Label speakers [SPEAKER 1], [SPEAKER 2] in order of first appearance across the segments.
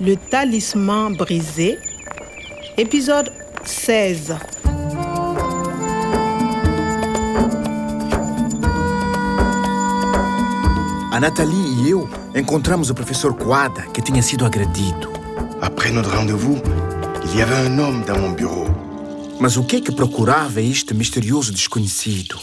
[SPEAKER 1] Le talisman brisé, épisode 16.
[SPEAKER 2] A Nathalie e eu encontramos o professor Quada, que tinha sido agredido.
[SPEAKER 3] Après notre rendez-vous, il y avait un homme dans mon bureau.
[SPEAKER 2] Mas o que é que procurava este misterioso desconhecido?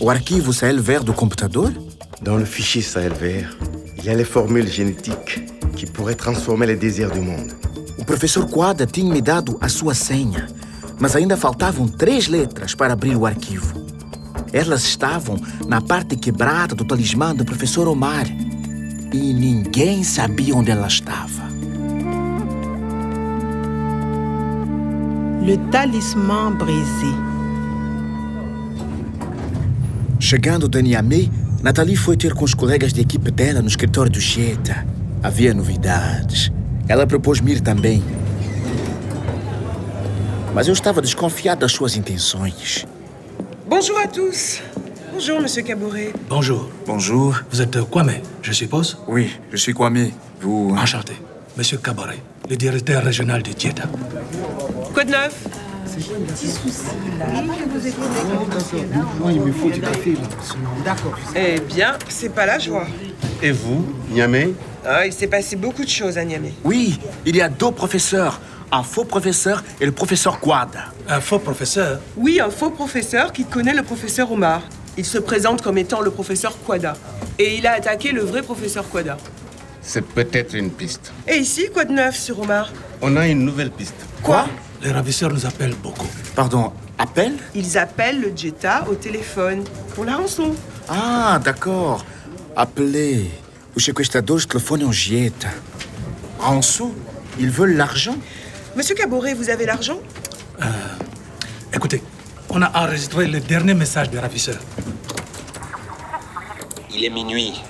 [SPEAKER 2] O arquivo Sahel Vert do computador?
[SPEAKER 3] Dans le fichier Sahel vert, il y a les formules génétiques qui pourraient transformer les désirs du monde.
[SPEAKER 2] O professor Quada tinha me dado a sua senha, mas ainda faltavam três letras para abrir o arquivo. Elas estavam na parte quebrada do talismã do professor Omar e ninguém sabia onde ela estava.
[SPEAKER 1] Le talisman brisé.
[SPEAKER 2] Chegando de Niamey, Nathalie foi ter com os colegas de equipe dela no escritório do Cheta. Havia novidades. Ela propôs-me ir também. Mas eu estava desconfiado das suas intenções.
[SPEAKER 4] Bonjour à tous. Bonjour, monsieur Cabouret.
[SPEAKER 5] Bonjour,
[SPEAKER 6] Bonjour.
[SPEAKER 5] vous êtes Kwame, je suppose
[SPEAKER 6] Oui, je suis Kwame. Vous.
[SPEAKER 5] Enchanté. Monsieur Cabaret, le directeur régional de Dieta.
[SPEAKER 4] Quoi de neuf Eh bien, c'est pas la joie.
[SPEAKER 3] Et vous, Niamey
[SPEAKER 4] Ah, il s'est passé beaucoup de choses à Niamey.
[SPEAKER 2] Oui, il y a deux professeurs. Un faux professeur et le professeur Quada.
[SPEAKER 5] Un faux professeur
[SPEAKER 4] Oui, un faux professeur qui connaît le professeur Omar. Il se présente comme étant le professeur Quada. Et il a attaqué le vrai professeur Quada.
[SPEAKER 7] C'est peut-être une piste.
[SPEAKER 4] Et ici, quoi de neuf sur Omar
[SPEAKER 7] On a une nouvelle piste.
[SPEAKER 4] Quoi
[SPEAKER 5] Les ravisseurs nous appellent beaucoup.
[SPEAKER 2] Pardon, appel
[SPEAKER 4] Ils appellent le Jetta au téléphone pour la rançon.
[SPEAKER 2] Ah, d'accord. Appelez. Os sequestradores telefonam Gieta. Rançon, ils veulent l'argent
[SPEAKER 4] Monsieur Cabouret, vous avez l'argent
[SPEAKER 5] Écoutez, on a enregistré le dernier message des ravisseurs.
[SPEAKER 8] Il est minuit.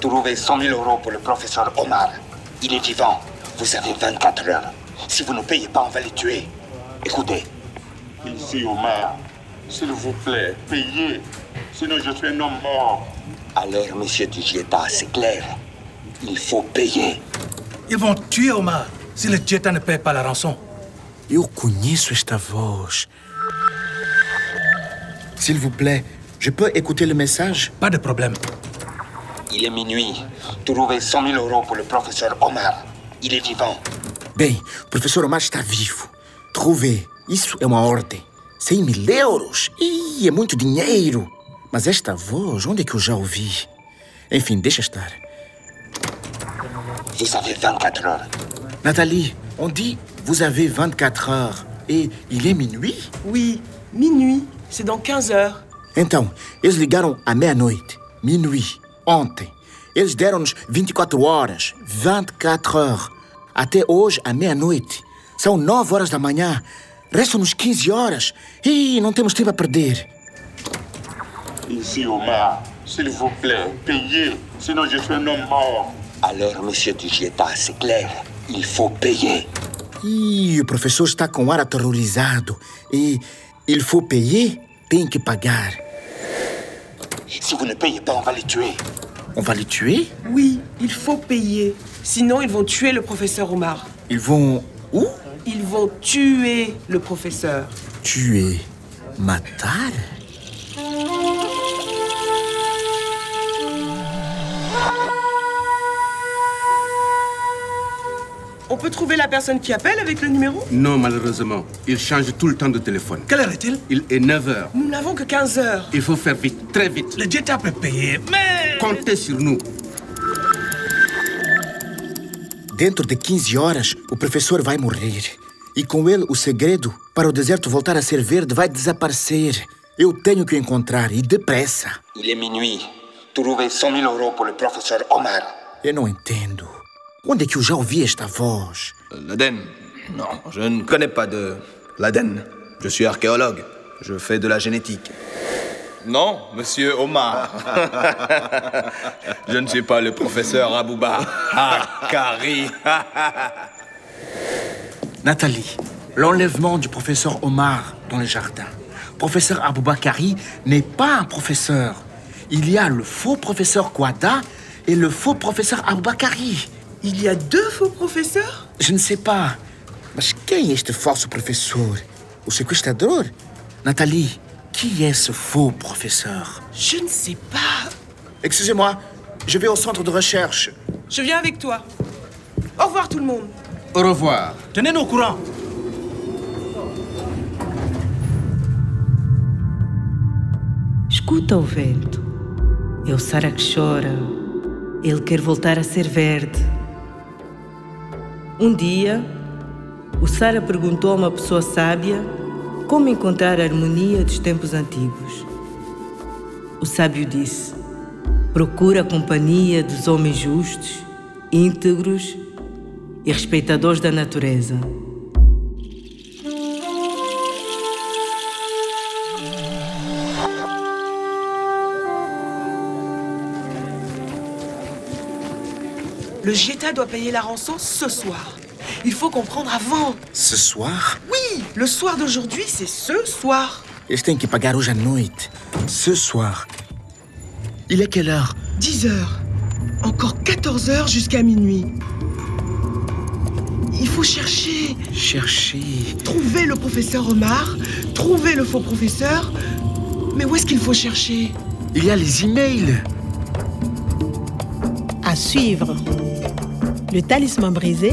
[SPEAKER 8] Trouvez 100 000 euros pour le professeur Omar. Il est vivant. Vous avez 24 heures. Si vous ne payez pas, on va le tuer. Écoutez,
[SPEAKER 9] Ici, Omar, s'il vous plaît, payez. Sinon, je suis un homme mort.
[SPEAKER 8] alors, monsieur Dugieta, c'est clair. Il faut payer.
[SPEAKER 5] Ils vont tuer Omar si le Dieta ne paye pas la rançon.
[SPEAKER 2] Eu conheço esta voz. S'il vous plaît, je peux écouter le message
[SPEAKER 5] Pas de problème.
[SPEAKER 8] Il est minuit. Trouvez 100 000 euros pour le professeur Omar. Il est vivant.
[SPEAKER 2] Bem, o professor Omar está vivo. Trouve, isso é uma ordem. 100 mil euros? Ih, é muito dinheiro. Mas esta voz, onde é que eu já ouvi? Enfim, deixa estar.
[SPEAKER 8] Vous avez 24 heures.
[SPEAKER 2] Nathalie, on dit vous avez 24 heures et il est minuit?
[SPEAKER 4] Oui, minuit. C'est dans 15 heures.
[SPEAKER 2] Então, eles ligaram à meia-noite, minuit, ontem. Eles deram-nos 24 horas, 24 horas. Até hoje, à meia-noite. São 9 horas da manhã. Restam-nos 15 horas. E não temos tempo a perder.
[SPEAKER 9] Ici, Omar, s'il vous plaît, payez. Sinon, je suis un homme mort.
[SPEAKER 8] Alors, monsieur Dugieta, c'est clair. Il faut payer.
[SPEAKER 2] Ih, o professor está com ar aterrorizado. E ele for payer, tem que pagar.
[SPEAKER 8] Si vous ne payez pas, on va le tuer.
[SPEAKER 2] On va le tuer?
[SPEAKER 4] Oui, il faut payer. Sinon, ils vont tuer le professeur Omar.
[SPEAKER 2] Ils vont où?
[SPEAKER 4] Ils vont tuer le professeur.
[SPEAKER 2] Tuer. Matar?
[SPEAKER 4] On peut trouver la personne qui appelle avec le numéro
[SPEAKER 7] Non, malheureusement. Il change tout le temps de téléphone.
[SPEAKER 5] Quelle heure est-il
[SPEAKER 7] Il est 9h.
[SPEAKER 4] Nous n'avons que 15 heures.
[SPEAKER 7] Il faut faire vite, très vite.
[SPEAKER 5] Le Dieta peut payer, mais.
[SPEAKER 7] Comptez sur nous.
[SPEAKER 2] Dentro de 15 horas, o professor vai morrer. E com ele, o segredo para o deserto voltar a ser verde vai desaparecer. Eu tenho que o encontrar e depressa.
[SPEAKER 8] Il est minuit. Trouvez 100 000 euros pour le professeur Omar.
[SPEAKER 2] Eu não entendo. Onde é que eu já ouvi esta voz?
[SPEAKER 6] L'Aden. Non, je ne connais pas de l'Aden. Je suis archéologue. Je fais de la génétique. Non, monsieur Omar. je ne suis pas le professeur Abouba. Hakari.
[SPEAKER 2] Nathalie, l'enlèvement du professeur Omar dans le jardin. Professeur Aboubakari n'est pas un professeur. Il y a le faux professeur Kouada et le faux professeur Aboubakari.
[SPEAKER 4] Il y a deux faux professeurs
[SPEAKER 2] Je ne sais pas. Mas quem é este falso professor? O sequestrador? Nathalie, qui est ce faux professeur?
[SPEAKER 4] Je ne sais pas.
[SPEAKER 2] Excusez-moi, je vais au centre de recherche.
[SPEAKER 4] Je viens avec toi. Au revoir tout le monde.
[SPEAKER 7] Au revoir.
[SPEAKER 5] Tenez-nous au courant.
[SPEAKER 10] Escuta o vento. É o Sara que chora. Ele quer voltar a ser verde. Um dia, o Sara perguntou a uma pessoa sábia como encontrar a harmonia dos tempos antigos. O sábio disse: Procura a companhia dos homens justos, íntegros e respeitadores da natureza.
[SPEAKER 4] Le Jeta doit payer la rançon ce soir. Il faut comprendre avant.
[SPEAKER 2] Ce soir?
[SPEAKER 4] Oui, le soir d'aujourd'hui, c'est ce soir.
[SPEAKER 2] Eles têm que pagar hoje à noite. Ce soir. Il est quelle heure?
[SPEAKER 4] 10 heures. Encore 14 heures jusqu'à minuit. Il faut chercher,
[SPEAKER 2] Chercher.
[SPEAKER 4] trouver le professeur Omar, trouver le faux professeur. Mais où est-ce qu'il faut chercher
[SPEAKER 2] Il y a les emails.
[SPEAKER 1] À suivre. Le Talisman brisé,